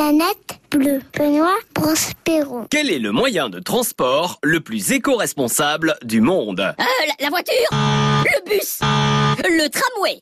Planète bleue. Benoît Prospero. Quel est le moyen de transport le plus éco-responsable du monde Euh, la, la voiture, le bus, le tramway.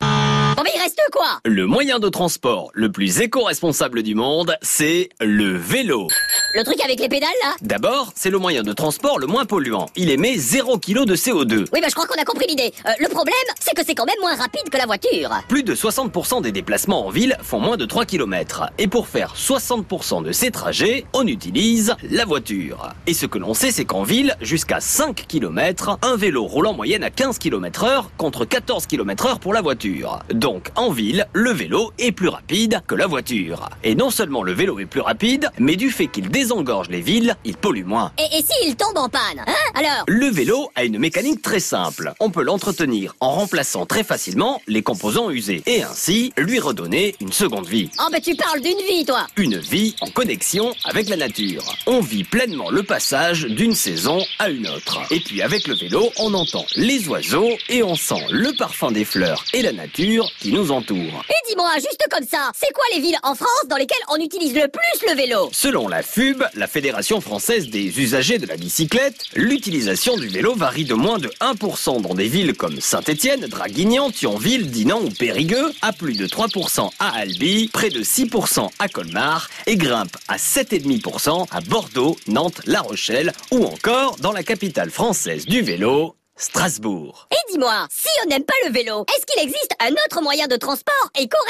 Bon, mais il reste quoi Le moyen de transport le plus éco-responsable du monde, c'est le vélo. Le truc avec les pédales, là D'abord, c'est le moyen de transport le moins polluant. Il émet 0 kg de CO2. Oui, bah, je crois qu'on a compris l'idée. Euh, le problème, c'est que c'est quand même moins rapide que la voiture. Plus de 60% des déplacements en ville font moins de 3 km. Et pour faire 60% de ces trajets, on utilise la voiture. Et ce que l'on sait, c'est qu'en ville, jusqu'à 5 km, un vélo roule en moyenne à 15 km heure contre 14 km heure pour la voiture. Donc, en ville, le vélo est plus rapide que la voiture. Et non seulement le vélo est plus rapide, mais du fait qu'il désengorge les villes, il pollue moins. Et, et s'il tombe en panne Hein Alors Le vélo a une mécanique très simple. On peut l'entretenir en remplaçant très facilement les composants usés et ainsi lui redonner une seconde vie. Oh, bah, tu parles d'une vie, toi Une vie en connexion avec la nature. On vit pleinement le passage d'une saison à une autre. Et puis avec le vélo, on entend les oiseaux et on sent le parfum des fleurs et la nature qui nous entoure. Et dis-moi, juste comme ça, c'est quoi les villes en France dans lesquelles on utilise le plus le vélo Selon la FUB, la Fédération française des usagers de la bicyclette, l'utilisation du vélo varie de moins de 1% dans des villes comme Saint-Étienne, Draguignan, Thionville, Dinan ou Périgueux, à plus de 3% à Albi, près de 6% à Colmar et grimpe à 7,5% à Bordeaux, Nantes, La Rochelle ou encore dans la capitale française du vélo, Strasbourg. Et dis-moi, si on n'aime pas le vélo, est-ce qu'il existe un autre moyen de transport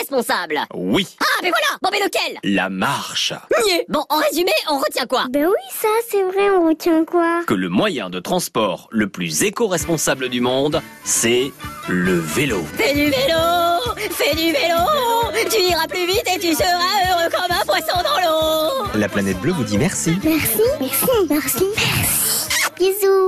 éco-responsable Oui, Ah, mais voilà Bon, mais lequel la marche. Nier. Bon, en résumé, on retient quoi Ben oui, ça, c'est vrai, on retient quoi Que le moyen de transport le plus éco-responsable du monde, c'est le vélo. Fais du vélo Fais du vélo Tu iras plus vite et tu seras heureux comme un poisson dans l'eau La planète bleue vous dit merci. Merci, merci, merci, merci. Bisous.